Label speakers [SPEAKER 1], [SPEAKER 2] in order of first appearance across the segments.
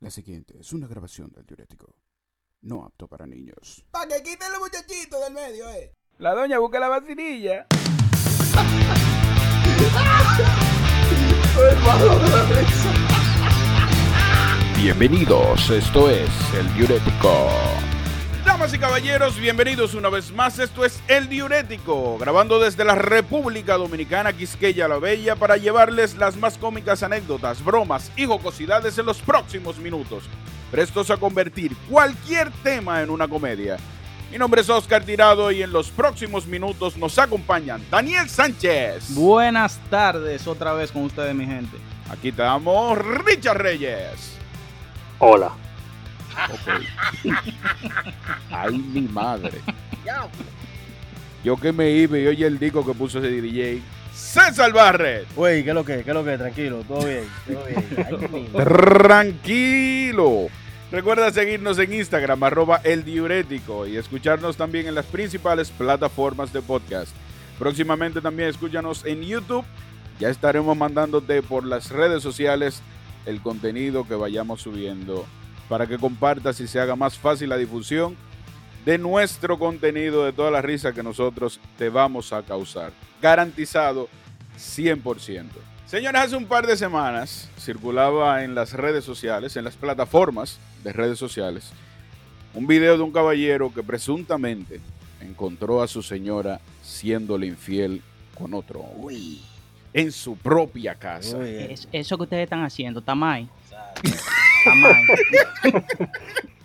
[SPEAKER 1] La siguiente es una grabación del diurético. No apto para niños.
[SPEAKER 2] Para que quiten los muchachitos del medio, eh.
[SPEAKER 3] La doña busca la vacinilla.
[SPEAKER 4] Bienvenidos, esto es El Diurético.
[SPEAKER 3] Damas y caballeros, bienvenidos una vez más. Esto es El Diurético, grabando desde la República Dominicana, Quisqueya la Bella, para llevarles las más cómicas anécdotas, bromas y jocosidades en los próximos minutos, prestos a convertir cualquier tema en una comedia. Mi nombre es Oscar Tirado y en los próximos minutos nos acompañan Daniel Sánchez.
[SPEAKER 5] Buenas tardes otra vez con ustedes, mi gente.
[SPEAKER 3] Aquí estamos, Richard Reyes.
[SPEAKER 6] Hola.
[SPEAKER 4] Ay, mi madre.
[SPEAKER 3] Yo que me iba y oye el disco que puso ese DJ. César Barret.
[SPEAKER 7] Güey, ¿qué es lo que? es? ¿Qué es lo que? es? Tranquilo, todo bien, todo bien. Ay, mi madre.
[SPEAKER 3] Tranquilo. Recuerda seguirnos en Instagram, arroba el diurético, y escucharnos también en las principales plataformas de podcast. Próximamente también escúchanos en YouTube. Ya estaremos mandándote por las redes sociales el contenido que vayamos subiendo para que compartas y se haga más fácil la difusión de nuestro contenido, de toda la risa que nosotros te vamos a causar. Garantizado 100%. Señores, hace un par de semanas circulaba en las redes sociales, en las plataformas de redes sociales, un video de un caballero que presuntamente encontró a su señora siéndole infiel con otro hombre en su propia casa.
[SPEAKER 7] Muy bien.
[SPEAKER 5] Es- eso que ustedes están haciendo, Tamay. Tamay.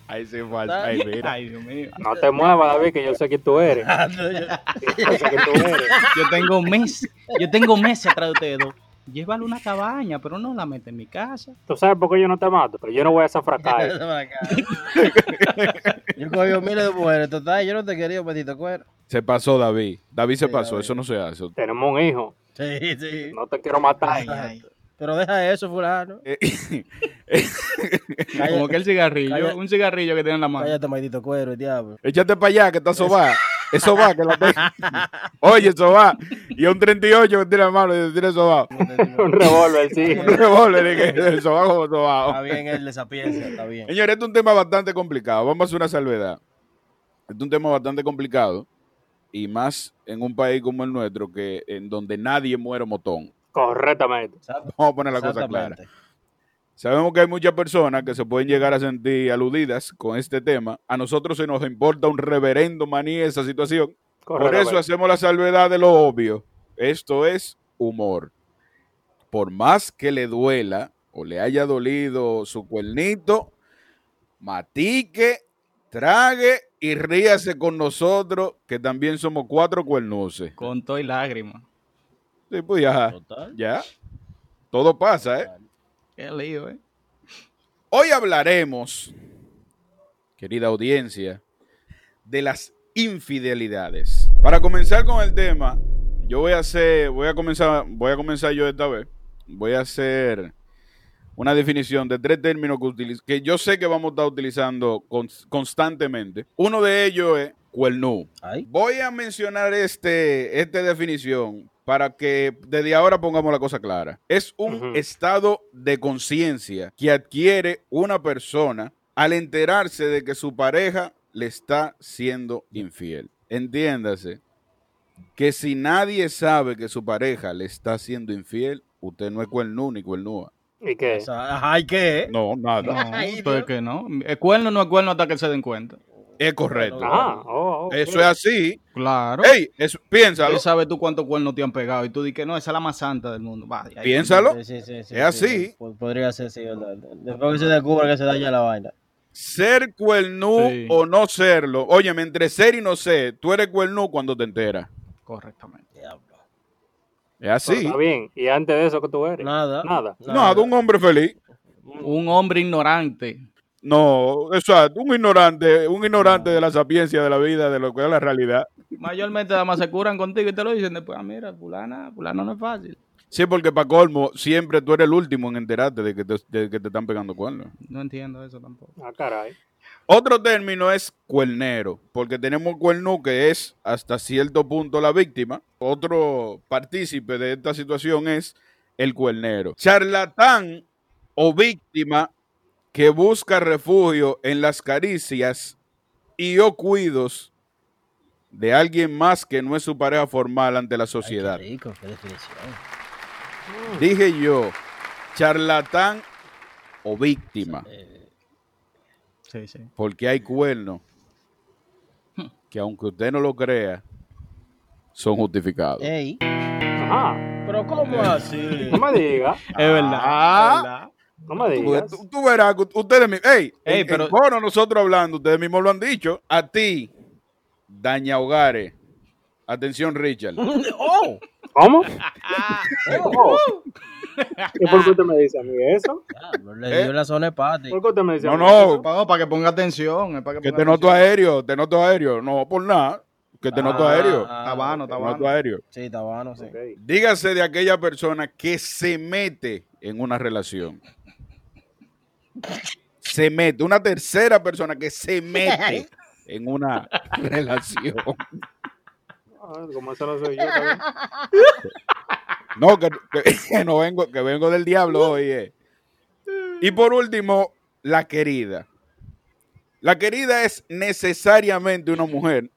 [SPEAKER 3] Ahí se falta. Ahí, mira.
[SPEAKER 5] Ay, Dios mío.
[SPEAKER 6] No te muevas, David, que yo sé quién tú eres.
[SPEAKER 7] Ah,
[SPEAKER 6] Yo sé quién tú eres.
[SPEAKER 5] Yo tengo meses, yo tengo meses atrás de ustedes dos. Llévalo a una cabaña, pero no la mete en mi casa.
[SPEAKER 6] Tú sabes por qué yo no te mato, pero yo no voy a zafracar.
[SPEAKER 7] Para acá. Yo cogí miles de mujeres, total, yo no te quería, patito cuero.
[SPEAKER 3] Se pasó David. David se
[SPEAKER 7] Sí,
[SPEAKER 3] pasó.
[SPEAKER 7] David.
[SPEAKER 3] Eso no se hace.
[SPEAKER 6] Tenemos un hijo.
[SPEAKER 7] Sí, sí.
[SPEAKER 6] No te quiero matar.
[SPEAKER 5] Ay, ay.
[SPEAKER 7] Pero deja eso, fulano.
[SPEAKER 3] Eh,
[SPEAKER 7] Cállate,
[SPEAKER 5] Como que el cigarrillo,
[SPEAKER 7] Cállate.
[SPEAKER 5] un cigarrillo que tiene en la mano.
[SPEAKER 7] cállate maldito cuero, el diablo.
[SPEAKER 3] Échate para allá que está soba. Es soba que la pega. Oye, soba. Y un 38 que tira la mano y tira soba.
[SPEAKER 6] Un revólver, sí.
[SPEAKER 3] Un revólver y que el soba como
[SPEAKER 7] Está
[SPEAKER 3] soba.
[SPEAKER 7] bien el de sapiencia, está bien.
[SPEAKER 3] Señores, este es un tema bastante complicado. Vamos a hacer una salvedad. Este es un tema bastante complicado. Y más en un país como el nuestro, que en donde nadie muere motón.
[SPEAKER 6] Correctamente.
[SPEAKER 3] Vamos a poner la cosa clara.
[SPEAKER 7] Exactamente.
[SPEAKER 3] Sabemos que hay muchas personas que se pueden llegar a sentir aludidas con este tema. A nosotros se nos importa un reverendo maní esa situación. Por eso
[SPEAKER 6] Correctamente.
[SPEAKER 3] hacemos la salvedad de lo obvio. Esto es humor. Por más que le duela o le haya dolido su cuernito, matique, trague y ríase con nosotros, que también somos cuatro cuernuces.
[SPEAKER 5] Con todo y lágrimas.
[SPEAKER 3] Sí, pues ya,
[SPEAKER 7] Total.
[SPEAKER 3] ya. Todo pasa, ¿eh?
[SPEAKER 5] Qué lío, eh.
[SPEAKER 3] Hoy hablaremos, querida audiencia, de las infidelidades. Para comenzar con el tema, yo voy a hacer, voy a comenzar, voy a comenzar yo esta vez. Voy a hacer una definición de tres términos que, utiliz- que yo sé que vamos a estar utilizando cons- constantemente. Uno de ellos es cuernú.
[SPEAKER 7] Ay.
[SPEAKER 3] Voy a mencionar este, esta definición para que desde ahora pongamos la cosa clara. Es un
[SPEAKER 6] Ujú.
[SPEAKER 3] estado de conciencia que adquiere una persona al enterarse de que su pareja le está siendo infiel. Entiéndase que si nadie sabe que su pareja le está siendo infiel, usted no es cuernú ni cuernúa.
[SPEAKER 6] ¿Y qué?
[SPEAKER 7] O sea, ajá, ¿y qué?
[SPEAKER 3] No,
[SPEAKER 5] No,
[SPEAKER 3] nada.
[SPEAKER 7] Ay,
[SPEAKER 5] pero es que no. El cuerno no es cuerno hasta que se den cuenta.
[SPEAKER 3] Es correcto.
[SPEAKER 6] Ah, oh, ok.
[SPEAKER 3] Eso es así.
[SPEAKER 5] Claro.
[SPEAKER 3] Ey, eso- piénsalo.
[SPEAKER 5] ¿Tú sabes tú cuántos cuernos te han pegado? Y tú dices que no, esa es la más santa del mundo. Va, de ahí.
[SPEAKER 3] Piénsalo.
[SPEAKER 7] Sí, sí, sí, sí,
[SPEAKER 3] Es
[SPEAKER 7] sí.
[SPEAKER 3] así.
[SPEAKER 7] Po- Podría ser, sí, verdad. Después que se descubra que se daña la vaina.
[SPEAKER 3] ser cuernú
[SPEAKER 5] Sí.
[SPEAKER 3] o no serlo. Óyeme, entre ser y no ser, tú eres cuernú cuando te enteras.
[SPEAKER 5] Correctamente.
[SPEAKER 7] Diablo.
[SPEAKER 3] Es
[SPEAKER 6] Pero
[SPEAKER 3] así.
[SPEAKER 6] Está bien. ¿Y antes de eso que tú eres?
[SPEAKER 7] Nada.
[SPEAKER 6] Nada.
[SPEAKER 3] No, de un hombre feliz.
[SPEAKER 5] Un hombre ignorante.
[SPEAKER 3] No, exacto, un ignorante, un ignorante de la sapiencia de la vida, de lo que es la realidad.
[SPEAKER 5] Mayormente nada más se curan contigo y te lo dicen después, ah, mira, fulana, fulano no es fácil.
[SPEAKER 3] Sí, porque para colmo, siempre tú eres el último en enterarte de que te, de que te están pegando cuernos.
[SPEAKER 5] No entiendo eso tampoco.
[SPEAKER 6] Ah, caray.
[SPEAKER 3] Otro término es cuernero, porque tenemos cuernú que es hasta cierto punto la víctima. Otro partícipe de esta situación es el cuernero. Charlatán o víctima que busca refugio en las caricias y o cuidos de alguien más que no es su pareja formal ante la
[SPEAKER 7] Ay, qué
[SPEAKER 3] sociedad.
[SPEAKER 7] rico, qué definición.
[SPEAKER 3] Dije yo, charlatán o víctima,
[SPEAKER 5] Sí, sí.
[SPEAKER 3] porque hay cuernos que aunque usted no lo crea, son justificados.
[SPEAKER 7] Ey,
[SPEAKER 6] Ajá.
[SPEAKER 7] pero ¿cómo así?
[SPEAKER 6] No me digas.
[SPEAKER 5] Es verdad.
[SPEAKER 3] Ah.
[SPEAKER 5] es verdad.
[SPEAKER 6] No me
[SPEAKER 3] Tú,
[SPEAKER 6] digas.
[SPEAKER 3] tú- tú verás, que ustedes mismos, ey,
[SPEAKER 5] Ey,
[SPEAKER 3] en-
[SPEAKER 5] pero-
[SPEAKER 3] en coro nosotros hablando, ustedes mismos lo han dicho, a ti, daña hogares, atención Richard,
[SPEAKER 7] ¡Oh!
[SPEAKER 6] ¿Cómo? ¿Cómo? ¿Y por qué usted me dice a mí eso?
[SPEAKER 7] Diablo, le dio la zona hepática.
[SPEAKER 6] ¿Por qué usted me dice a
[SPEAKER 3] no,
[SPEAKER 6] mí
[SPEAKER 3] no,
[SPEAKER 6] eso?
[SPEAKER 5] Ah,
[SPEAKER 8] Pago para que ponga atención. Es para que
[SPEAKER 3] que
[SPEAKER 8] ponga
[SPEAKER 3] te noto
[SPEAKER 8] atención.
[SPEAKER 3] aéreo, te noto aéreo, no por nada, que te noto
[SPEAKER 7] Ah,
[SPEAKER 3] aéreo,
[SPEAKER 7] ah,
[SPEAKER 8] Tabano,
[SPEAKER 7] ok.
[SPEAKER 3] te
[SPEAKER 8] tabano.
[SPEAKER 3] noto aéreo.
[SPEAKER 7] Sí, Tabano, sí.
[SPEAKER 6] Ok.
[SPEAKER 3] Dígase de aquella persona que se mete en una relación. Se mete, una tercera persona que se mete en una relación.
[SPEAKER 6] Ah, como eso no soy yo también.
[SPEAKER 3] No, que, que- que no vengo, que vengo del diablo hoy. eh. Y por último, la querida. La querida es necesariamente una mujer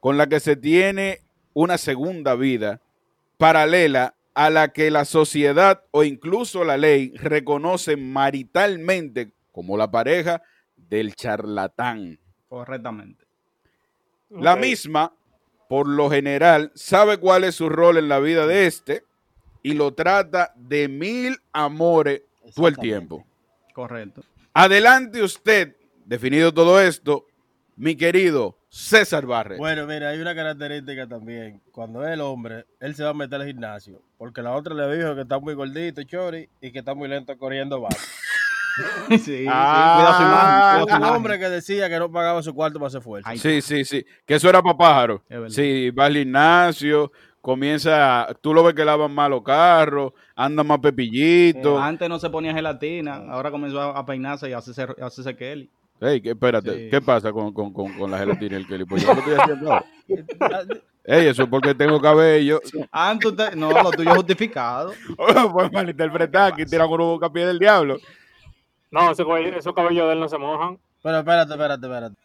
[SPEAKER 3] con la que se tiene una segunda vida paralela a la que la sociedad o incluso la ley reconoce maritalmente como la pareja del charlatán.
[SPEAKER 5] Correctamente.
[SPEAKER 3] La
[SPEAKER 6] Ok.
[SPEAKER 3] misma, por lo general, sabe cuál es su rol en la vida de este y lo trata de mil amores todo el
[SPEAKER 7] Exactamente.
[SPEAKER 3] tiempo.
[SPEAKER 5] Correcto.
[SPEAKER 3] Adelante usted, definido todo esto, mi querido César Barres.
[SPEAKER 7] Bueno, mira, hay una característica también. Cuando es el hombre, él se va a meter al gimnasio. Porque la otra le dijo que está muy gordito, chori, y que está muy lento corriendo vaca.
[SPEAKER 5] Sí, sí,
[SPEAKER 3] Ah,
[SPEAKER 5] cuida su imagen. Cuida su
[SPEAKER 7] Un
[SPEAKER 5] imagen.
[SPEAKER 7] hombre que decía que no pagaba su cuarto para hacer fuerza.
[SPEAKER 5] Ay,
[SPEAKER 3] sí, sí, sí, que eso era para pájaro.
[SPEAKER 5] Es verdad.
[SPEAKER 3] Sí, va al gimnasio, comienza, tú lo ves que lavan malos carros, anda más pepillito.
[SPEAKER 5] Antes no se ponía gelatina, ahora comenzó a, a peinarse y a hacerse, a hacerse Kelly.
[SPEAKER 3] Ey, que- espérate,
[SPEAKER 5] Sí.
[SPEAKER 3] ¿qué pasa con, con, con, con la gelatina y el Kelly? Pues yo lo estoy haciendo ahora.
[SPEAKER 7] Ah,
[SPEAKER 3] Ey, eso es porque tengo cabello.
[SPEAKER 5] Antes usted, no, lo tuyo es justificado.
[SPEAKER 3] pues malinterpretar, que tiran con un bocapié del diablo.
[SPEAKER 6] No, ese cabello- esos cabellos de él no se mojan.
[SPEAKER 7] Pero espérate, espérate, espérate.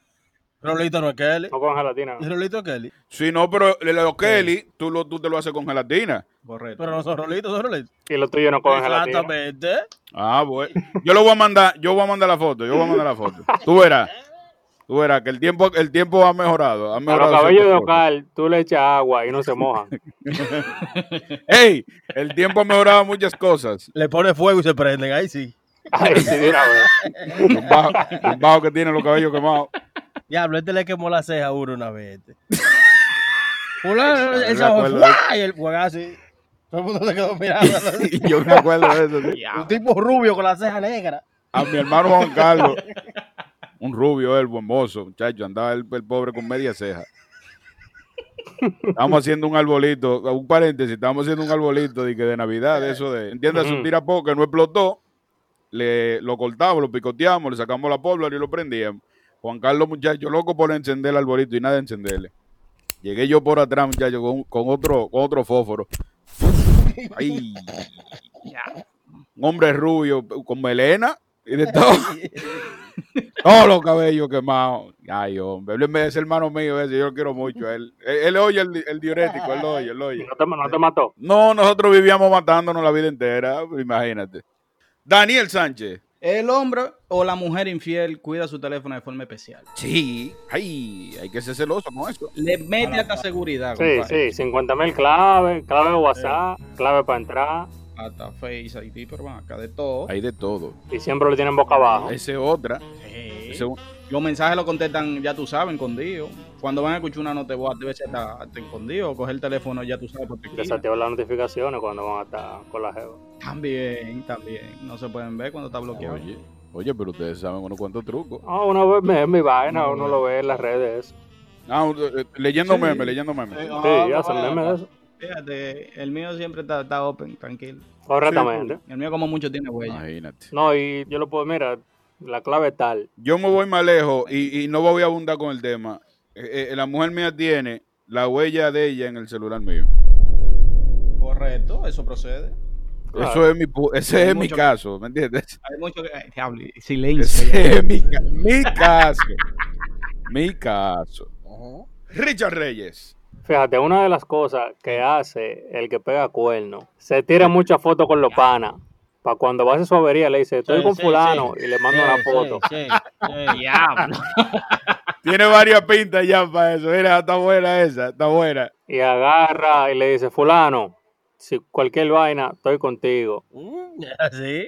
[SPEAKER 7] Rolito no es Kelly.
[SPEAKER 6] No con gelatina.
[SPEAKER 7] ¿Y Rolito es Kelly.
[SPEAKER 3] Si no, pero el- el Kelly, tú, lo, tú te lo haces con gelatina.
[SPEAKER 5] Correcto.
[SPEAKER 7] Pero no son Rolitos, son Rolitos.
[SPEAKER 6] Y los tuyos no cogen gelatina.
[SPEAKER 7] Exactamente.
[SPEAKER 3] Ah, bueno. Yo lo voy a mandar, yo voy a mandar la foto, yo voy a mandar la foto. Tú verás. Tú verás que el tiempo, el tiempo ha mejorado. Ha
[SPEAKER 6] A los
[SPEAKER 3] mejorado
[SPEAKER 6] cabellos de
[SPEAKER 3] ciertas cosas.
[SPEAKER 6] Ocal, tú le echas agua y no se mojan.
[SPEAKER 3] Ey, el tiempo ha mejorado muchas cosas.
[SPEAKER 7] Le pone fuego y se prenden, ahí sí.
[SPEAKER 6] Ay, sí, mira, güey.
[SPEAKER 3] Un bajo, un bajo que tiene los cabellos quemados.
[SPEAKER 7] Diablo, este le quemó la ceja a uno una vez. Este. Fulano,
[SPEAKER 3] me
[SPEAKER 7] el ojo,
[SPEAKER 3] acuerdo.
[SPEAKER 7] ¡fua! y el fuegazo. y Todo el mundo se quedó mirando.
[SPEAKER 3] Y yo me acuerdo de eso. sí.
[SPEAKER 7] Un tipo rubio con la ceja negra.
[SPEAKER 3] A mi hermano Juan Carlos, un rubio, el buen mozo, muchacho, andaba el, el pobre con media ceja. Estábamos haciendo un arbolito, un paréntesis, estábamos haciendo un arbolito de, que de Navidad, de eso de, entiendes,
[SPEAKER 6] Ujú.
[SPEAKER 3] un tirapó que no explotó, le, lo cortamos, lo picoteamos, le sacamos la pólvora y lo prendíamos. Juan Carlos, muchacho, loco por encender el arbolito y nada de encenderle. Llegué yo por atrás, muchacho, con, con otro, con otro fósforo. Ay. Un hombre rubio, con melena y de todo. Todos los cabellos quemados. Ay, hombre. Él me- Ese hermano mío, ese, yo lo quiero mucho. a Él, él, él oye el, el diurético, él lo oye, él lo oye.
[SPEAKER 6] No te, no te mató.
[SPEAKER 3] No, nosotros vivíamos matándonos la vida entera, imagínate. Daniel Sánchez.
[SPEAKER 5] El hombre o la mujer infiel cuida su teléfono de forma especial.
[SPEAKER 3] Sí. Ay, hay que ser celoso con eso.
[SPEAKER 5] Le mete hasta seguridad,
[SPEAKER 6] Sí,
[SPEAKER 5] compadre.
[SPEAKER 6] sí, 50 mil claves, clave de WhatsApp, clave para entrar.
[SPEAKER 5] Hasta Face ID, pero bueno, acá de todo.
[SPEAKER 3] Hay de todo.
[SPEAKER 6] Y siempre lo tienen boca abajo.
[SPEAKER 3] Ese otra.
[SPEAKER 5] Ah. Sí.
[SPEAKER 3] ese un-
[SPEAKER 5] Los mensajes los contestan, ya tú sabes, escondido. Cuando van a escuchar una nota de voz, debe ser hasta, hasta escondido. O coger el teléfono, ya tú sabes, por tu esquina.
[SPEAKER 6] Desactivar las notificaciones cuando van a estar con la jeva.
[SPEAKER 5] También, también. No se pueden ver cuando está bloqueado.
[SPEAKER 3] Oye, oye, pero ustedes saben uno cuántos trucos.
[SPEAKER 6] Ah, uno ve meme mi vaina, uno lo ve en las redes.
[SPEAKER 3] Ah, eh, leyendo meme, leyendo meme.
[SPEAKER 6] Sí, hacen memes de eso.
[SPEAKER 5] Fíjate, el mío siempre está, está open, tranquilo.
[SPEAKER 6] Correctamente.
[SPEAKER 5] El mío como mucho tiene huella.
[SPEAKER 3] Imagínate.
[SPEAKER 6] No, y yo lo puedo, mira, la clave es tal.
[SPEAKER 3] Yo me voy más lejos y, y no voy a abundar con el tema. Eh, eh, la mujer mía tiene la huella de ella en el celular mío.
[SPEAKER 5] Correcto, eso procede.
[SPEAKER 3] Eso es mi, pu- ese
[SPEAKER 5] Hay
[SPEAKER 3] es mi
[SPEAKER 5] mucho-
[SPEAKER 3] caso, ¿me entiendes?
[SPEAKER 5] Hay mucho que. ay, diablo, Silencio. ya.
[SPEAKER 3] Ese es mi, ca- mi caso. mi caso. Richard Reyes.
[SPEAKER 6] Fíjate, una de las cosas que hace el que pega cuerno, se tira muchas fotos con los panas. Para cuando va a hacer su avería, le dice, estoy
[SPEAKER 7] Sí,
[SPEAKER 6] con
[SPEAKER 7] sí,
[SPEAKER 6] fulano,
[SPEAKER 7] sí.
[SPEAKER 6] y le manda una foto.
[SPEAKER 7] Sí, sí, sí.
[SPEAKER 9] Diablo.
[SPEAKER 3] Tiene varias pintas ya para eso. Mira, está buena esa, está buena.
[SPEAKER 6] Y agarra y le dice, fulano, si cualquier vaina, estoy contigo.
[SPEAKER 7] Mm, Así.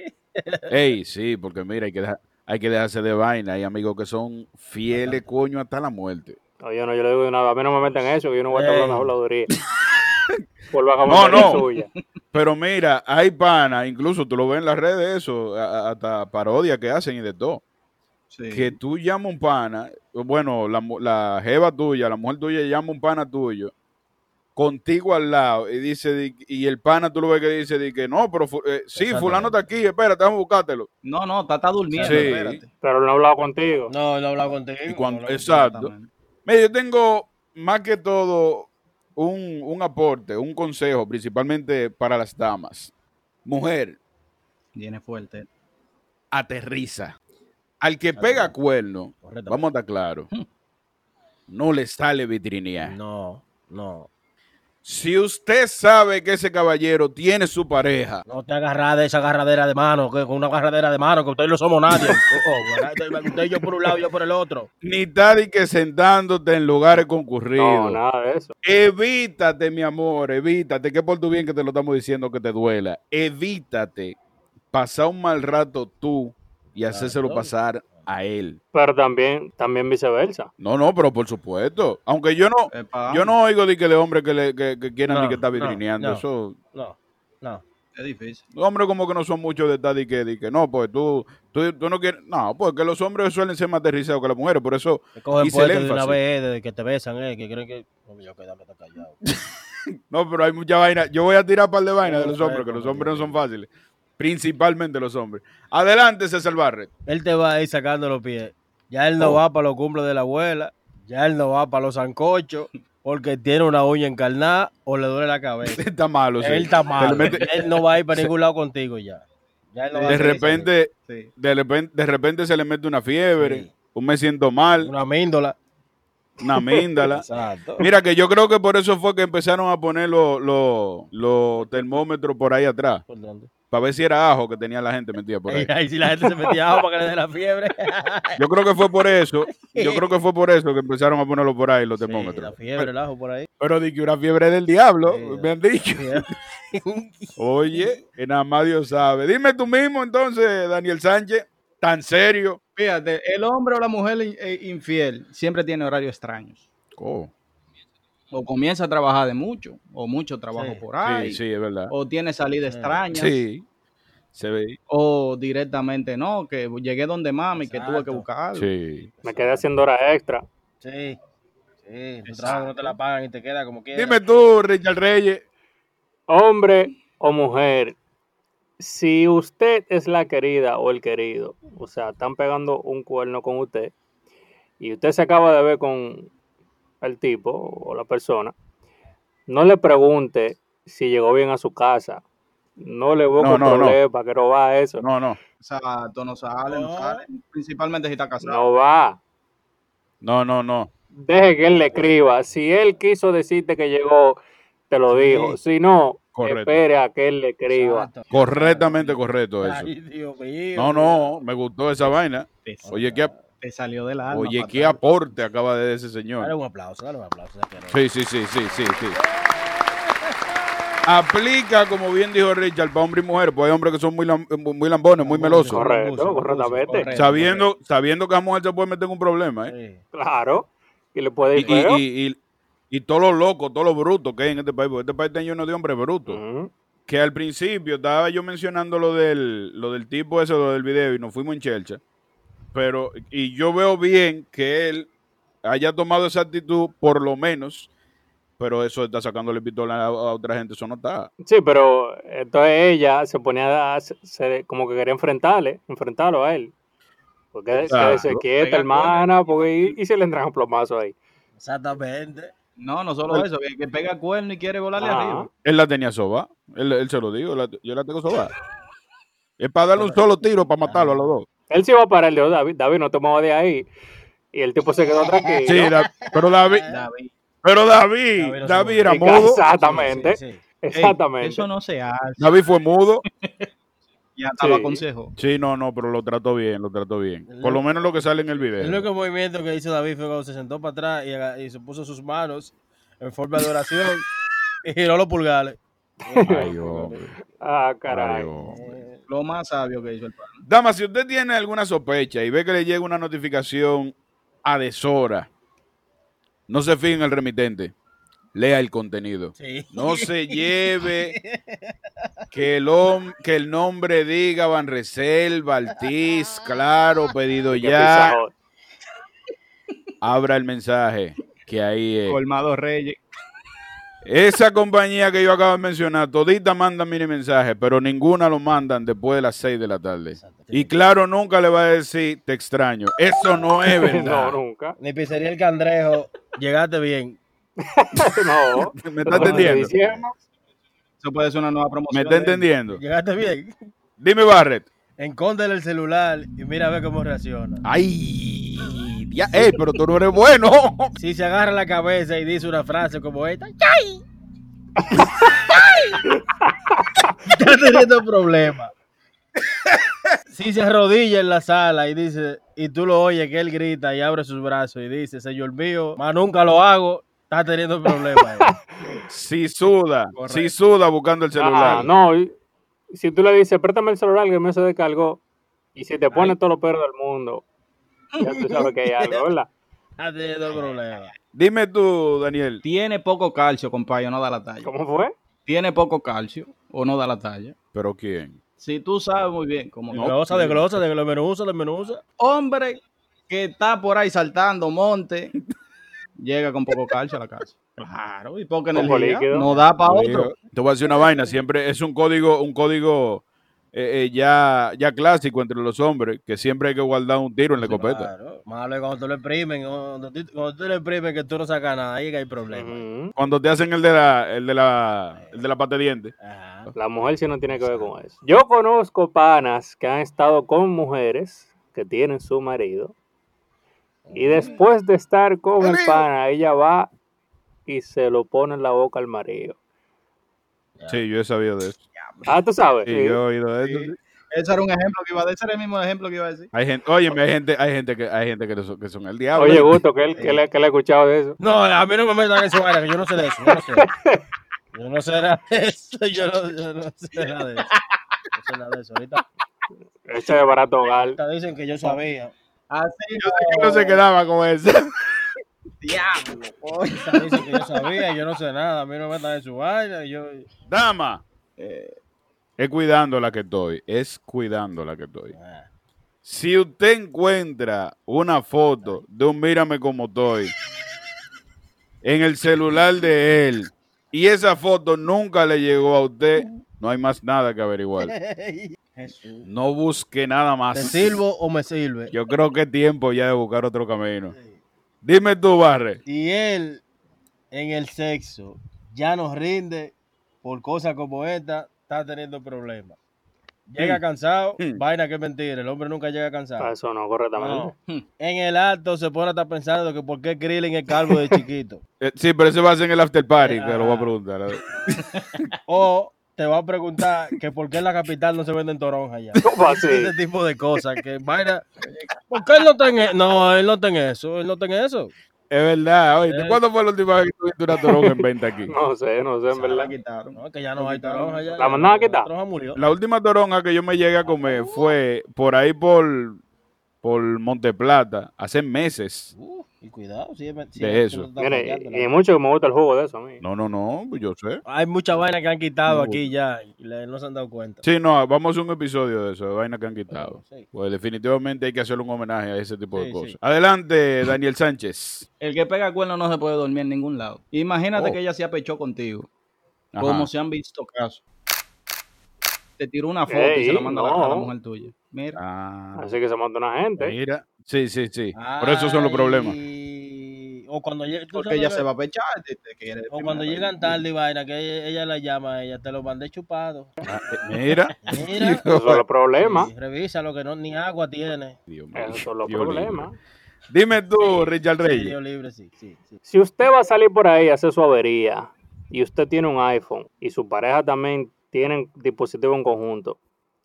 [SPEAKER 3] Ey, sí, porque mira, hay que, dejar- hay que dejarse de vaina. Hay amigos que son fieles, coño, hasta la muerte.
[SPEAKER 6] Oye, no, yo le digo de nada, a mí no me metan en eso, que yo no voy a estar hablando de
[SPEAKER 7] Ey.
[SPEAKER 6] habladuría. Por
[SPEAKER 3] No,
[SPEAKER 6] baja mandaría
[SPEAKER 3] no.
[SPEAKER 6] suya.
[SPEAKER 3] Pero mira, hay pana, incluso tú lo ves en las redes, eso, a- a- hasta parodia que hacen y de todo.
[SPEAKER 5] Sí.
[SPEAKER 3] Que tú llamas un pana, bueno, la, mu- la jeva tuya, la mujer tuya llama un pana tuyo, contigo al lado, y dice, di- y el pana tú lo ves que dice, di que no, pero fu- eh, sí,
[SPEAKER 7] Exactamente.
[SPEAKER 3] fulano está aquí, espérate, vamos a buscártelo.
[SPEAKER 5] No, no, está, está durmiendo.
[SPEAKER 3] Sí.
[SPEAKER 5] Espérate.
[SPEAKER 6] Pero no he hablado contigo.
[SPEAKER 7] No, no he hablado contigo.
[SPEAKER 3] Y cuando-
[SPEAKER 7] no he hablado
[SPEAKER 3] exacto.
[SPEAKER 5] Exactamente.
[SPEAKER 3] Mira, yo tengo más que todo un, un aporte, un consejo, principalmente para las damas. Mujer,
[SPEAKER 5] Viene fuerte.
[SPEAKER 3] aterriza. Al que pega cuerno,
[SPEAKER 7] contigo. Correcto.
[SPEAKER 3] vamos a estar claros, no le sale vitrinear.
[SPEAKER 7] No, no.
[SPEAKER 3] Si usted sabe que ese caballero tiene su pareja,
[SPEAKER 7] No te agarras de esa agarradera de mano, que con una agarradera de mano, que ustedes no somos nadie. Oh, oh, usted y yo por un lado, yo por el otro.
[SPEAKER 3] ni tal y que sentándote en lugares concurridos.
[SPEAKER 6] No, nada de eso.
[SPEAKER 3] Evítate, mi amor, evítate, que por tu bien que te lo estamos diciendo que te duela. Evítate pasar un mal rato tú y hacérselo
[SPEAKER 7] Claro.
[SPEAKER 3] pasar a él.
[SPEAKER 6] Pero también, también viceversa.
[SPEAKER 3] No, no, pero por supuesto. Aunque yo no,
[SPEAKER 5] Epa,
[SPEAKER 3] yo no oigo de que de hombre que, le, que, que quieran
[SPEAKER 7] No,
[SPEAKER 3] de que está
[SPEAKER 7] no,
[SPEAKER 3] vitrineando.
[SPEAKER 7] no.
[SPEAKER 3] Eso,
[SPEAKER 7] No, no.
[SPEAKER 5] Es difícil.
[SPEAKER 3] los hombres como que no son muchos de estar de que, de que no, pues tú, tú, tú no quieres. No, porque los hombres suelen ser más aterrizados que las mujeres, por eso
[SPEAKER 7] Te cogen
[SPEAKER 3] Hice el
[SPEAKER 7] puesto de una
[SPEAKER 3] énfasis.
[SPEAKER 7] vez, eh, desde que te besan, eh, que creen que. No, yo quedarme tan callado.
[SPEAKER 3] No, pero hay mucha vaina. Yo voy a tirar par de vainas de los
[SPEAKER 7] Ay,
[SPEAKER 3] hombres, que los
[SPEAKER 7] como
[SPEAKER 3] hombres no
[SPEAKER 7] Dios.
[SPEAKER 3] son fáciles. Principalmente los hombres. Adelante, César Barret.
[SPEAKER 7] Él te va a ir sacando los pies. Ya
[SPEAKER 3] Oh.
[SPEAKER 7] él no va para los cumples de la abuela, ya él no va para los zancochos, porque tiene una uña encarnada o le duele la cabeza.
[SPEAKER 3] Está malo, sí.
[SPEAKER 7] Él está mal.
[SPEAKER 3] De repente,
[SPEAKER 7] Él no va a ir para ningún lado contigo ya. Ya él no va a
[SPEAKER 3] de
[SPEAKER 7] hacer eso.
[SPEAKER 3] repente,
[SPEAKER 5] Sí.
[SPEAKER 3] de repente, de repente se le mete una fiebre,
[SPEAKER 7] Sí.
[SPEAKER 3] un me siento mal,
[SPEAKER 7] Una míndola.
[SPEAKER 3] una amígdala.
[SPEAKER 7] Exacto.
[SPEAKER 3] Mira que yo creo que por eso fue que empezaron a poner los los- los termómetros por ahí atrás,
[SPEAKER 7] Por tanto.
[SPEAKER 3] para ver si era ajo que tenía la gente metida por ahí.
[SPEAKER 7] Ey, ahí sí la gente se metía abajo para que le dé la fiebre.
[SPEAKER 3] Yo creo que fue por eso, yo creo que fue por eso que empezaron a ponerlo por ahí los
[SPEAKER 7] Sí, la
[SPEAKER 3] termómetros.
[SPEAKER 7] fiebre, el ajo por ahí.
[SPEAKER 3] Pero di que una fiebre del diablo,
[SPEAKER 7] Sí,
[SPEAKER 3] me han dicho. Oye, que nada más Dios sabe. Dime tú mismo entonces, Daniel Sánchez, tan serio.
[SPEAKER 5] Fíjate, el hombre o la mujer in- eh, infiel siempre tiene horarios extraños.
[SPEAKER 3] Oh,
[SPEAKER 5] O comienza a trabajar de mucho, o mucho trabajo
[SPEAKER 7] Sí.
[SPEAKER 5] por ahí.
[SPEAKER 3] sí, sí, es verdad.
[SPEAKER 5] O tiene salida
[SPEAKER 7] Sí.
[SPEAKER 5] extraña.
[SPEAKER 3] Sí, se ve.
[SPEAKER 5] O directamente no, que llegué donde mami, que tuve que
[SPEAKER 7] Exacto.
[SPEAKER 5] buscar algo.
[SPEAKER 3] Sí.
[SPEAKER 6] Me quedé haciendo horas extra.
[SPEAKER 7] Sí. Sí, tu
[SPEAKER 5] Exacto.
[SPEAKER 7] trabajo no te la pagan y te queda como quieras.
[SPEAKER 3] Dime tú, Richard Reyes.
[SPEAKER 6] Hombre o mujer, si usted es la querida o el querido, o sea, están pegando un cuerno con usted y usted se acaba de ver con el tipo o la persona, no le pregunte si llegó bien a su casa. No le busque
[SPEAKER 3] No, no, no.
[SPEAKER 6] problema, que no va a eso.
[SPEAKER 3] No,
[SPEAKER 6] No,
[SPEAKER 3] no,
[SPEAKER 5] Exacto, no sale, no
[SPEAKER 7] No.
[SPEAKER 5] sale. Principalmente si está casado.
[SPEAKER 6] va.
[SPEAKER 3] no, no, no.
[SPEAKER 6] Deje que él le escriba. Si él quiso decirte que llegó, te lo dijo. Si no,
[SPEAKER 3] Correcto.
[SPEAKER 6] espere a que él le escriba.
[SPEAKER 7] Exacto.
[SPEAKER 3] Correctamente correcto eso.
[SPEAKER 7] Ay, Dios mío.
[SPEAKER 3] No, no, me gustó esa vaina.
[SPEAKER 5] Te,
[SPEAKER 3] Oye, qué,
[SPEAKER 7] Ah,
[SPEAKER 5] te salió del alma.
[SPEAKER 3] oye, qué
[SPEAKER 5] patrón.
[SPEAKER 3] aporte acaba de ese
[SPEAKER 7] Dale
[SPEAKER 3] señor.
[SPEAKER 7] un aplauso, dale un aplauso. ya que no.
[SPEAKER 3] Sí, sí, sí, sí, sí, sí. Aplica, como bien dijo Richard, para hombre y mujer, pues hay hombres que son muy, lam- muy lambones, muy melosos.
[SPEAKER 6] Correcto,
[SPEAKER 7] Concurso,
[SPEAKER 6] correctamente.
[SPEAKER 7] concurso,
[SPEAKER 3] Sabiendo, sabiendo que la mujer se puede meter en un problema, ¿eh?
[SPEAKER 7] Sí.
[SPEAKER 6] Claro. Y le puede
[SPEAKER 3] Y,
[SPEAKER 6] ir feo.
[SPEAKER 3] y, y, y- y todos los locos, todos los brutos que hay en este país, porque este país está lleno de hombres brutos.
[SPEAKER 6] Ujú.
[SPEAKER 3] Que al principio estaba yo mencionando lo del, lo del tipo ese, lo del video, y nos fuimos en chelcha. Pero, y yo veo bien que él haya tomado esa actitud, por lo menos, pero eso está sacándole pistola a, a otra gente, eso no está.
[SPEAKER 6] Sí, pero entonces ella se ponía a, se- se- como que quería enfrentarle, enfrentarlo a él. Porque se-
[SPEAKER 3] Claro.
[SPEAKER 6] se quieta,
[SPEAKER 5] Pega
[SPEAKER 6] hermana, porque y, y se le entran un plomazo ahí.
[SPEAKER 7] Exactamente.
[SPEAKER 5] No, no solo eso, que, que pega cuerno y quiere volarle
[SPEAKER 6] Ah.
[SPEAKER 5] arriba.
[SPEAKER 3] Él la tenía soba. Él, él se lo digo. la- yo la tengo soba. Es para darle un solo tiro para matarlo a los dos.
[SPEAKER 6] Él se iba a parar, le dijo, David, David, no te muevas de ahí. Y el tipo se quedó tranquilo.
[SPEAKER 3] Sí, Da- pero David.
[SPEAKER 5] David.
[SPEAKER 3] Pero David.
[SPEAKER 7] David no se
[SPEAKER 3] David
[SPEAKER 7] mueve.
[SPEAKER 3] era
[SPEAKER 6] Y
[SPEAKER 3] mudo.
[SPEAKER 6] Exactamente,
[SPEAKER 7] Sí, sí, sí.
[SPEAKER 5] Ey,
[SPEAKER 6] exactamente.
[SPEAKER 5] eso no se hace.
[SPEAKER 3] David fue mudo.
[SPEAKER 5] Ya estaba
[SPEAKER 6] Sí.
[SPEAKER 5] consejo.
[SPEAKER 3] Sí, no, no, pero lo trató bien, lo trató bien. Por lo menos lo que sale en el
[SPEAKER 7] El
[SPEAKER 3] video.
[SPEAKER 7] único movimiento que hizo David fue cuando se sentó para atrás y, aga- y se puso sus manos en forma de oración y giró los pulgares.
[SPEAKER 3] Ay, hombre,
[SPEAKER 6] Ah,
[SPEAKER 3] ay,
[SPEAKER 6] caray.
[SPEAKER 3] hombre.
[SPEAKER 5] Lo más sabio que hizo el padre.
[SPEAKER 3] Dama, si usted tiene alguna sospecha y ve que le llega una notificación a deshora, no se fije en el remitente. Lea el contenido.
[SPEAKER 7] Sí.
[SPEAKER 3] No se lleve que el, hom- que el nombre diga Banreserva, Altiz, claro, pedido
[SPEAKER 6] Qué Pizza
[SPEAKER 3] ya.
[SPEAKER 6] Hut.
[SPEAKER 3] Abra el mensaje, que ahí es.
[SPEAKER 5] Colmado Reyes.
[SPEAKER 3] Esa compañía que yo acabo de mencionar, todita mandan mini mensajes, pero ninguna lo mandan después de las 6 de la tarde. Y claro, nunca le va a decir te extraño. Eso no es
[SPEAKER 6] No,
[SPEAKER 3] verdad.
[SPEAKER 6] nunca.
[SPEAKER 7] Ni pizzería el cangrejo. Llegaste bien.
[SPEAKER 6] No.
[SPEAKER 3] ¿Me está
[SPEAKER 6] Eso no se
[SPEAKER 3] entendiendo?
[SPEAKER 6] diciendo.
[SPEAKER 5] Eso puede ser una nueva promoción.
[SPEAKER 3] ¿Me está
[SPEAKER 5] de-
[SPEAKER 3] entendiendo?
[SPEAKER 7] Llegaste bien.
[SPEAKER 3] Dime, Barrett.
[SPEAKER 7] Encóndele el celular y mira a ver cómo reacciona.
[SPEAKER 3] ¡Ay! dia- ¡Ey, pero tú no eres bueno!
[SPEAKER 7] Si se agarra la cabeza y dice una frase como esta, ¡Yay! ¡Yay! Está teniendo problemas. Si se arrodilla en la sala y dice, y tú lo oyes que él grita y abre sus brazos y dice, Señor mío, más nunca lo hago, está teniendo problemas.
[SPEAKER 3] Si suda,
[SPEAKER 7] Correcto.
[SPEAKER 3] si suda buscando el celular.
[SPEAKER 6] Ah, no. y- Si tú le dices, préstame el celular que me se descargó, y si te pone todos los perros del mundo, ya tú sabes que hay algo, ¿verdad?
[SPEAKER 7] Está teniendo problemas.
[SPEAKER 3] Dime tú, Daniel.
[SPEAKER 5] Tiene poco calcio, compadre, no da la talla.
[SPEAKER 6] ¿Cómo fue?
[SPEAKER 5] Tiene poco calcio o no da la talla.
[SPEAKER 3] ¿Pero quién?
[SPEAKER 5] Si tú sabes muy bien, como
[SPEAKER 7] De glosa, de glosa, de glomerusa, de menusa.
[SPEAKER 5] hombre que está por ahí saltando monte, llega con poco calcio a la casa. Claro, y poca
[SPEAKER 6] Poco
[SPEAKER 5] energía.
[SPEAKER 6] líquido.
[SPEAKER 5] No da para otro.
[SPEAKER 3] Te voy a decir una vaina, siempre es un código, un código eh, eh, ya, ya clásico entre los hombres, que siempre hay que guardar un tiro en la escopeta.
[SPEAKER 7] Claro. Malo es cuando tú lo imprimen, cuando tú, cuando tú lo imprimen que tú no sacas nada, ahí es que hay problemas.
[SPEAKER 6] Ujú.
[SPEAKER 3] Cuando te hacen el de la, el de la, el de la pata de diente.
[SPEAKER 7] Ajá.
[SPEAKER 6] La mujer sí no tiene que ver con eso. Yo conozco panas que han estado con mujeres que tienen su marido.
[SPEAKER 3] Mm.
[SPEAKER 6] Y después de estar con el pana, ella va y se lo pone en la boca al marido.
[SPEAKER 3] Sí, yo he sabido de eso.
[SPEAKER 6] Ah, tú sabes.
[SPEAKER 3] Sí,
[SPEAKER 6] Sí.
[SPEAKER 3] yo he oído de eso.
[SPEAKER 5] Ese era un ejemplo que iba a decir, ese era el mismo ejemplo que iba a decir.
[SPEAKER 3] Hay gente, óyeme, hay gente, hay gente que, hay gente que son, que son el diablo.
[SPEAKER 6] Oye, Gusto, que él, que le, que le ha escuchado de eso.
[SPEAKER 7] No, a mí no me metan en esa vaina, que yo no sé de eso. Yo no sé, yo no sé nada de eso. Yo no, yo no sé nada de eso. No sé nada de eso. Ahorita,
[SPEAKER 6] Ese de barato hogar.
[SPEAKER 7] ahorita dicen que yo sabía.
[SPEAKER 5] Así,
[SPEAKER 3] Yo sé que no se quedaba con eso.
[SPEAKER 5] diablo. coño.
[SPEAKER 7] Ahorita dicen que yo sabía, yo no sé nada. A mí no me metan en su vaina. y Yo...
[SPEAKER 3] Dama.
[SPEAKER 7] Eh.
[SPEAKER 3] Es cuidando la que estoy. Es cuidando la que estoy.
[SPEAKER 7] Ah.
[SPEAKER 3] Si usted encuentra una foto de un mírame como estoy en el celular de él y esa foto nunca le llegó a usted, no hay más nada que averiguar.
[SPEAKER 7] Jesús.
[SPEAKER 3] No busque nada
[SPEAKER 7] ¿Te
[SPEAKER 3] más.
[SPEAKER 7] sirvo o me sirve?
[SPEAKER 3] Ah, Yo creo que es tiempo ya de buscar otro camino. Dime tú, Barre.
[SPEAKER 7] Y él, en el sexo, ya nos rinde por cosas como esta, está teniendo problemas. Llega
[SPEAKER 3] Mm.
[SPEAKER 7] cansado,
[SPEAKER 3] Mm.
[SPEAKER 7] vaina que es mentira. El hombre nunca llega cansado.
[SPEAKER 6] Ah, Eso no, correctamente.
[SPEAKER 7] No. En el acto se pone a estar pensando que por qué Krillin es calvo de chiquito.
[SPEAKER 3] Eh, sí, pero ese va a ser en el after party, que
[SPEAKER 7] Ah.
[SPEAKER 3] lo voy a preguntar.
[SPEAKER 7] O te va a preguntar que por qué en la capital no se venden toronjas ya.
[SPEAKER 6] ¿Cómo así?
[SPEAKER 7] Ese tipo de cosas que vaina. ¿Por qué él no está en e- No, él no está en eso. Él no está en eso.
[SPEAKER 3] Es verdad, oye,
[SPEAKER 7] Eh.
[SPEAKER 3] ¿cuándo fue la última vez que tuviste una toronja en venta aquí?
[SPEAKER 6] No sé, no sé, en verdad.
[SPEAKER 7] No, que ya no hay toronjas ya.
[SPEAKER 6] La manada que está.
[SPEAKER 7] La toronja murió.
[SPEAKER 3] La última toronja que yo me llegué a comer
[SPEAKER 7] Uh.
[SPEAKER 3] fue por ahí por, por Monteplata, hace meses.
[SPEAKER 7] Uh, y cuidado, si es men- si
[SPEAKER 3] De
[SPEAKER 7] es-
[SPEAKER 3] eso.
[SPEAKER 7] está
[SPEAKER 6] Mire,
[SPEAKER 7] fallando,
[SPEAKER 6] y, y
[SPEAKER 7] la-
[SPEAKER 6] mucho que me gusta el jugo de eso a mí.
[SPEAKER 3] No, no, no, pues yo sé.
[SPEAKER 7] Hay muchas vainas que han quitado
[SPEAKER 3] No.
[SPEAKER 7] aquí ya y le- no se han dado cuenta.
[SPEAKER 3] Sí, no, vamos a hacer un episodio de eso, de vainas que han quitado.
[SPEAKER 7] Sí.
[SPEAKER 3] Pues definitivamente hay que hacerle un homenaje a ese tipo de
[SPEAKER 7] Sí,
[SPEAKER 3] cosas.
[SPEAKER 7] sí.
[SPEAKER 3] Adelante, Daniel Sánchez.
[SPEAKER 5] El que pega cuerno no se puede dormir en ningún lado. Imagínate
[SPEAKER 3] Oh.
[SPEAKER 5] que ella se apechó contigo.
[SPEAKER 3] Ajá.
[SPEAKER 5] Como se han visto casos. Te tiró una foto y
[SPEAKER 6] Ey,
[SPEAKER 5] se la manda a, la, a la
[SPEAKER 6] no.
[SPEAKER 5] mujer tuya. Mira,
[SPEAKER 3] Ah,
[SPEAKER 6] Así que se mata una gente.
[SPEAKER 3] mira. Sí, sí, sí. Por eso son los problemas. Eh,
[SPEAKER 7] Ay, O o cuando lleg- tú
[SPEAKER 5] Porque
[SPEAKER 7] sabes
[SPEAKER 5] ella
[SPEAKER 7] lo-
[SPEAKER 5] se va a pechar. te- te quiere
[SPEAKER 7] o cuando llegan tarde y vaina, que ella, ella la llama a ella, te lo mandé chupado.
[SPEAKER 3] Mira.
[SPEAKER 7] Mira,
[SPEAKER 6] Esos son los problemas.
[SPEAKER 7] y revisa lo que no, ni agua tiene.
[SPEAKER 3] Dios mío,
[SPEAKER 6] Esos son los
[SPEAKER 3] Dios
[SPEAKER 6] problemas.
[SPEAKER 3] libre. Dime tú, Richard Reyes.
[SPEAKER 7] Medio libre, sí, sí, sí.
[SPEAKER 6] Si usted va a salir por ahí a hacer su avería y usted tiene un iPhone y su pareja también tienen dispositivo en conjunto,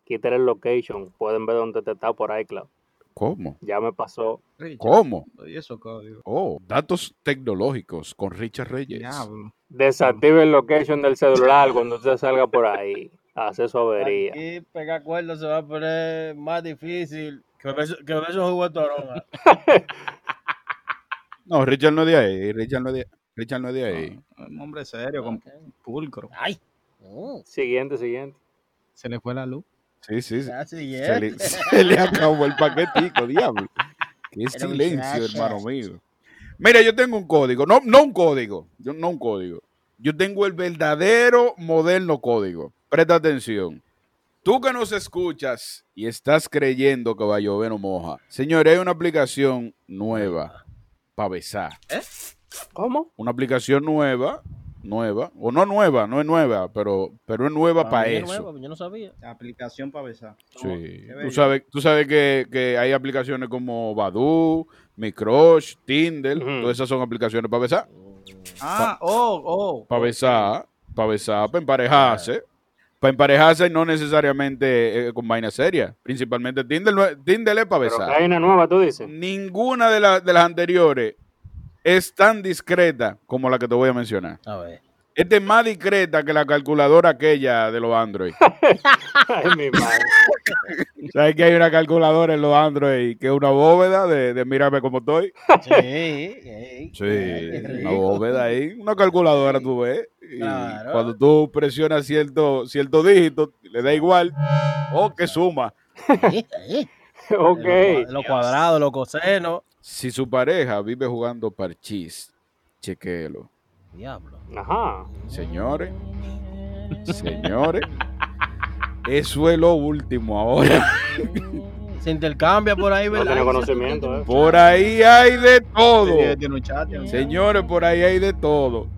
[SPEAKER 6] quítale el location. Pueden ver dónde te está por iCloud.
[SPEAKER 3] ¿Cómo?
[SPEAKER 6] Ya me pasó.
[SPEAKER 3] ¿Cómo?
[SPEAKER 5] Y eso, código.
[SPEAKER 3] Oh, datos tecnológicos con Richard Reyes.
[SPEAKER 5] Diablo.
[SPEAKER 6] Desactive el location del celular cuando usted salga por ahí a hacer su avería.
[SPEAKER 7] Aquí pegar cuernos se va a poner más difícil que beso, que beso jugo de toronja.
[SPEAKER 3] No, Richard no es de ahí. Richard no es de, Richard no es de ahí.
[SPEAKER 7] Ah.
[SPEAKER 5] Ah, Un hombre serio, con pulcro.
[SPEAKER 7] Ay,
[SPEAKER 6] Siguiente, siguiente.
[SPEAKER 5] Se le fue la luz.
[SPEAKER 3] Sí, sí, sí.
[SPEAKER 7] ya
[SPEAKER 3] Se
[SPEAKER 7] siguiente.
[SPEAKER 3] le, se le acabó el paquetico, diablo. Qué
[SPEAKER 7] Pero
[SPEAKER 3] silencio,
[SPEAKER 7] muchachos.
[SPEAKER 3] hermano mío. Mira, yo tengo un código. No, no un código. Yo, no un código. Yo tengo el verdadero moderno código. Presta atención. Tú que nos escuchas y estás creyendo que va a llover o moja. Señores, hay una aplicación nueva para besar.
[SPEAKER 6] ¿Cómo?
[SPEAKER 3] Una aplicación nueva, nueva, o no nueva, no es nueva, pero, pero es nueva para
[SPEAKER 7] mí es
[SPEAKER 3] eso.
[SPEAKER 7] nuevo, yo no sabía.
[SPEAKER 5] Aplicación para besar.
[SPEAKER 3] Sí.
[SPEAKER 5] Qué
[SPEAKER 3] Tú
[SPEAKER 5] bello.
[SPEAKER 3] sabes, tú sabes que, que hay aplicaciones como Badoo, Mi Crush, Tinder,
[SPEAKER 6] Ujú.
[SPEAKER 3] todas esas son aplicaciones para besar.
[SPEAKER 5] Ah, oh, oh.
[SPEAKER 3] Para besar, para besar, para emparejarse. Para emparejarse y no necesariamente eh, con vainas serias. Principalmente Tinder, no es- Tinder es para
[SPEAKER 6] Pero
[SPEAKER 3] besar.
[SPEAKER 6] hay una nueva, tú dices.
[SPEAKER 3] Ninguna de, la- de las anteriores es tan discreta como la que te voy a mencionar.
[SPEAKER 7] A ver.
[SPEAKER 3] Esta es más discreta que la calculadora aquella de los Android.
[SPEAKER 6] Ay, mi madre.
[SPEAKER 3] ¿Sabes que hay una calculadora en los Android que es una bóveda de, de mírame como estoy?
[SPEAKER 7] Sí, ey,
[SPEAKER 3] Sí,
[SPEAKER 7] ay, qué
[SPEAKER 3] una
[SPEAKER 7] rico.
[SPEAKER 3] bóveda ahí, una calculadora tú ves. Y
[SPEAKER 7] Claro.
[SPEAKER 3] cuando tú presionas cierto, cierto dígito, le da igual. Oh, que suma.
[SPEAKER 7] Sí, sí.
[SPEAKER 6] Ok.
[SPEAKER 7] Los cuadrados, los cosenos.
[SPEAKER 3] Si su pareja vive jugando parchís, chequéelo.
[SPEAKER 7] Diablo.
[SPEAKER 6] Ajá.
[SPEAKER 3] Señores, señores, eso es lo último ahora.
[SPEAKER 7] Se intercambia por ahí,
[SPEAKER 6] No
[SPEAKER 7] ¿verdad?
[SPEAKER 6] tiene conocimiento. eh.
[SPEAKER 3] Por ahí hay de todo.
[SPEAKER 5] Sí, tiene un chat. ya.
[SPEAKER 3] Señores, por ahí hay de todo.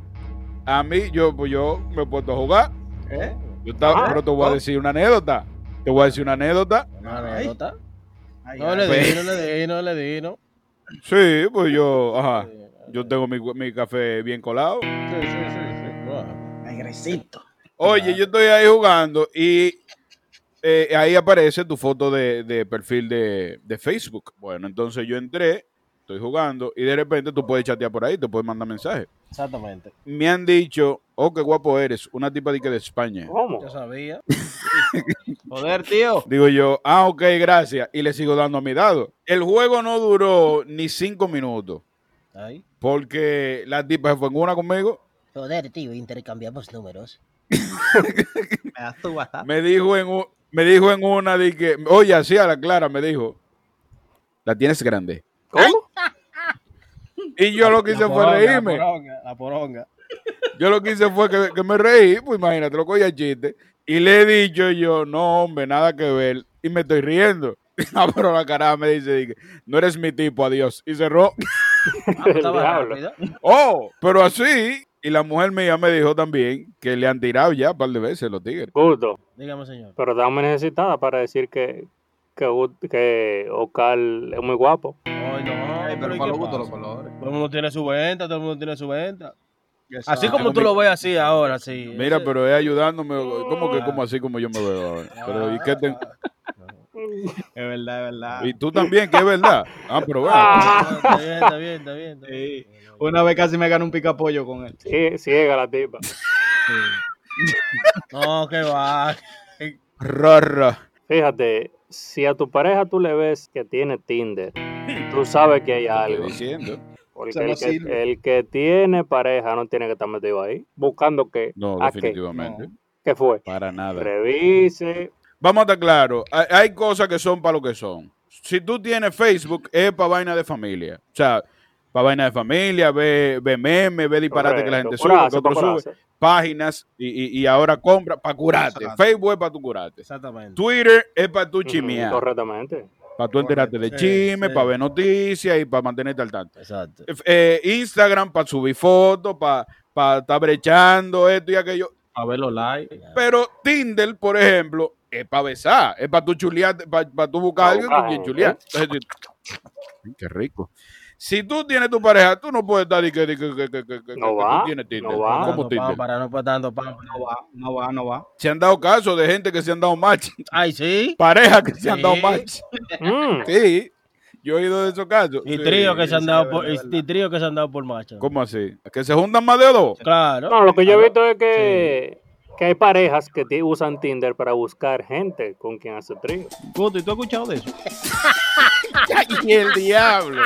[SPEAKER 3] A mí, yo, pues yo me he puesto a jugar.
[SPEAKER 5] ¿Eh?
[SPEAKER 3] Yo estaba,
[SPEAKER 6] Ah,
[SPEAKER 3] pero te voy a decir una anécdota. Te voy a decir una anécdota.
[SPEAKER 7] Una anécdota.
[SPEAKER 5] Ay,
[SPEAKER 7] Ah, No
[SPEAKER 5] ay.
[SPEAKER 7] le di, no le di, no le di, no.
[SPEAKER 3] Sí, pues yo, ajá. Yo tengo mi, mi café bien colado.
[SPEAKER 7] Sí, sí, sí, sí. Wow.
[SPEAKER 5] Negrecito.
[SPEAKER 3] Oye, yo estoy ahí jugando y eh, ahí aparece tu foto de, de perfil de, de Facebook. Bueno, entonces yo entré, estoy jugando y de repente tú puedes chatear por ahí, te puedes mandar mensajes.
[SPEAKER 7] Exactamente.
[SPEAKER 3] Me han dicho, oh, qué guapo eres, una tipa de que de España.
[SPEAKER 6] ¿Cómo?
[SPEAKER 7] Yo sabía.
[SPEAKER 5] Joder, tío.
[SPEAKER 3] Digo yo, ah, ok, gracias. Y le sigo dando a mi dado. El juego no duró ni cinco minutos.
[SPEAKER 7] Ay.
[SPEAKER 3] Porque la tipa se fue en una conmigo.
[SPEAKER 9] Joder, tío, intercambiamos números.
[SPEAKER 5] Me das tu WhatsApp.
[SPEAKER 3] Me dijo en, u- me dijo en una de que, oye, así a la clara, me dijo, la tienes grande.
[SPEAKER 6] ¿Cómo?
[SPEAKER 3] Y yo lo que hice
[SPEAKER 7] La
[SPEAKER 3] fue
[SPEAKER 7] poronga,
[SPEAKER 3] reírme.
[SPEAKER 7] La poronga, la poronga.
[SPEAKER 3] Yo lo que hice fue que, que me reí, pues imagínate, lo cogí al chiste. Y le he dicho yo, no, hombre, nada que ver. Y me estoy riendo. Ah, pero la cara me dice, dije, no eres mi tipo, adiós. Y cerró.
[SPEAKER 6] El
[SPEAKER 7] Estaba
[SPEAKER 6] diablo.
[SPEAKER 7] rápido.
[SPEAKER 3] Oh, pero así. Y la mujer mía me dijo también que le han tirado ya un par de veces los tigres.
[SPEAKER 6] Gusto.
[SPEAKER 7] Dígame, señor.
[SPEAKER 6] Pero estamos necesitada para decir que, que, Gu- que Ocal es muy guapo.
[SPEAKER 7] Ay, no,
[SPEAKER 5] Ay,
[SPEAKER 7] pero
[SPEAKER 5] pero
[SPEAKER 7] ¿y
[SPEAKER 5] con
[SPEAKER 7] qué
[SPEAKER 5] los gustos, los
[SPEAKER 7] pasa?
[SPEAKER 5] colores.
[SPEAKER 7] Todo el mundo tiene su venta, todo el mundo tiene su venta. Así
[SPEAKER 5] Exacto.
[SPEAKER 7] como tú lo ves así ahora, sí.
[SPEAKER 3] Mira,
[SPEAKER 7] Ese-
[SPEAKER 3] pero es ayudándome. ¿Cómo que como así como yo me veo? ahora? Pero, ¿y qué te-
[SPEAKER 5] Es verdad, es verdad.
[SPEAKER 3] Y tú también, que es verdad. Ah, pero bueno.
[SPEAKER 7] Ah, Está bien, está bien, está bien. está bien.
[SPEAKER 5] Sí. Una vez casi me gané un picapollo con él.
[SPEAKER 6] Sí, ciega la tipa.
[SPEAKER 7] No, que va.
[SPEAKER 3] Rara.
[SPEAKER 6] Fíjate, si a tu pareja tú le ves que tiene Tinder, tú sabes que hay
[SPEAKER 3] Estoy
[SPEAKER 6] algo.
[SPEAKER 3] diciendo.
[SPEAKER 6] Porque
[SPEAKER 5] Eso no
[SPEAKER 6] el que,
[SPEAKER 5] sirve.
[SPEAKER 6] el que tiene pareja no tiene que estar metido ahí. Buscando Ah, que.
[SPEAKER 3] No,
[SPEAKER 6] ¿A qué?
[SPEAKER 3] definitivamente.
[SPEAKER 6] ¿Qué fue?
[SPEAKER 3] Para nada.
[SPEAKER 6] Revise.
[SPEAKER 3] Vamos a estar claros. Hay, hay cosas que son para lo que son. Si tú tienes Facebook, es para vaina de familia. O sea, para vaina de familia, ve, ve memes, ve disparate que la gente
[SPEAKER 6] Correcto,
[SPEAKER 3] sube, que
[SPEAKER 6] coraza,
[SPEAKER 3] otro sube,
[SPEAKER 6] coraza.
[SPEAKER 3] páginas y, y- y ahora compra para curarte.
[SPEAKER 5] Exacto.
[SPEAKER 3] Facebook es para tu curarte.
[SPEAKER 7] Exactamente.
[SPEAKER 3] Twitter es para tu
[SPEAKER 6] Ujú,
[SPEAKER 3] chimear.
[SPEAKER 6] Correctamente.
[SPEAKER 3] Para tú enterarte de
[SPEAKER 7] Correcto. Sí,
[SPEAKER 3] chisme,
[SPEAKER 7] sí.
[SPEAKER 3] para ver noticias y para mantenerte al tanto.
[SPEAKER 7] Exacto.
[SPEAKER 3] Eh, Instagram para subir fotos, para estar brechando esto y aquello.
[SPEAKER 5] A ver los likes.
[SPEAKER 3] Pero Tinder, por ejemplo, es para besar, es para tú chulear, para tú buscar a alguien con quien chulear. Entonces, si- qué rico. Si tú tienes tu pareja, tú no puedes estar di que, di que, que, que, que- que tú tienes Tinder. ¿Cómo
[SPEAKER 7] Tanto,
[SPEAKER 3] Tinder?
[SPEAKER 7] pam, para no para tanto, pam.
[SPEAKER 5] No va, no va, no va.
[SPEAKER 3] Se han dado casos de gente que se han dado match.
[SPEAKER 7] Ay, sí.
[SPEAKER 3] Pareja que se han
[SPEAKER 7] Sí.
[SPEAKER 3] dado match.
[SPEAKER 6] Mm.
[SPEAKER 3] Sí. Yo he oído de esos casos.
[SPEAKER 7] Y
[SPEAKER 3] Sí.
[SPEAKER 7] trío que se han dado por, y trío que se han dado por macho.
[SPEAKER 3] ¿Cómo así? ¿Que se juntan más de dos?
[SPEAKER 7] Claro.
[SPEAKER 6] No, lo que yo he visto es que, que hay parejas que ti- usan Tinder para buscar gente con quien hacer trío.
[SPEAKER 5] Coto, ¿y tú has escuchado de eso?
[SPEAKER 3] ¡Y el diablo!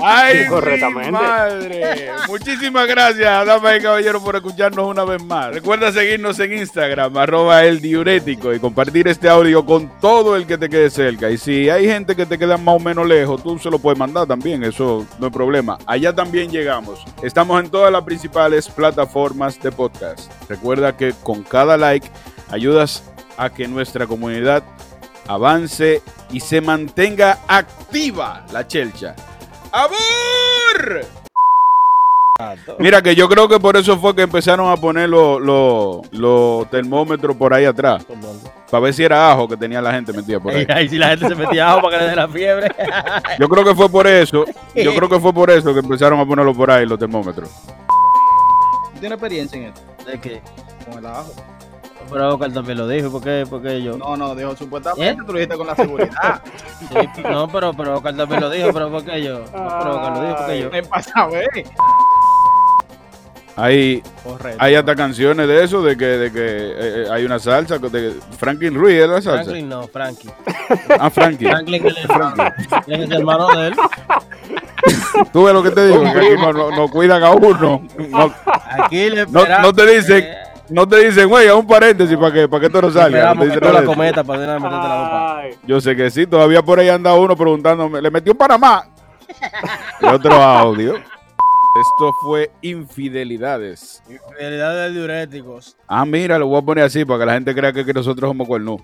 [SPEAKER 3] ¡Ay, mi
[SPEAKER 6] Correctamente.
[SPEAKER 3] madre! Muchísimas gracias, damas y caballeros, por escucharnos una vez más. Recuerda seguirnos en Instagram, arroba el diurético, y compartir este audio con todo el que te quede cerca. Y si hay gente que te queda más o menos lejos, tú se lo puedes mandar también, eso no es problema. Allá también llegamos. Estamos en todas las principales plataformas de podcast. Recuerda que con cada like ayudas a que nuestra comunidad avance y se mantenga activa la chelcha. ¡Abur! Mira que yo creo que por eso fue que empezaron a poner los los- los termómetros por ahí atrás. Para ver si era ajo que tenía la gente metida por ahí.
[SPEAKER 7] Ahí si la gente se metía abajo para que le dé la fiebre.
[SPEAKER 3] Yo creo que fue por eso. Yo creo que fue por eso que empezaron a ponerlo por ahí los termómetros.
[SPEAKER 5] ¿Tú tienes experiencia en esto?
[SPEAKER 7] ¿De qué?
[SPEAKER 5] Con el ajo.
[SPEAKER 7] Pero Oscar también lo dijo, porque porque yo.
[SPEAKER 5] No, no, dijo supuestamente
[SPEAKER 7] ¿Eh?
[SPEAKER 5] tú lo dijiste con la seguridad.
[SPEAKER 7] Sí, no, pero, pero Oscar también lo dijo, pero porque yo. No, pero Oscar lo dijo, porque yo.
[SPEAKER 3] Ah.
[SPEAKER 5] ¿Qué pasa, güey?
[SPEAKER 3] Hay,
[SPEAKER 5] Correcto.
[SPEAKER 3] hay hasta canciones de eso, de que, de que eh, eh, hay una salsa. De Franklin Ruiz es la salsa.
[SPEAKER 7] Franklin no, Frankie.
[SPEAKER 3] Ah, Franklin.
[SPEAKER 7] Franklin él es, él es hermano de él.
[SPEAKER 3] Tú ves lo que te digo, que aquí no, no- no cuidan a uno. No,
[SPEAKER 7] Aquí le
[SPEAKER 3] no-
[SPEAKER 7] esperamos.
[SPEAKER 3] no te dicen,
[SPEAKER 7] eh,
[SPEAKER 3] no te dicen, güey, a un paréntesis para que, para que esto no salga. No
[SPEAKER 7] Esperamos
[SPEAKER 3] te
[SPEAKER 7] que
[SPEAKER 3] dicen
[SPEAKER 7] tú
[SPEAKER 3] nada
[SPEAKER 7] la
[SPEAKER 3] de eso.
[SPEAKER 7] cometa para nada meterte la boca.
[SPEAKER 6] Ay,
[SPEAKER 3] Yo sé que sí, todavía por ahí anda uno preguntándome, le metió un Panamá. Y otro audio. Esto fue infidelidades.
[SPEAKER 7] Realidad de diuréticos.
[SPEAKER 3] Ah, mira, lo voy a poner así para que la gente crea que, que nosotros somos cuernos.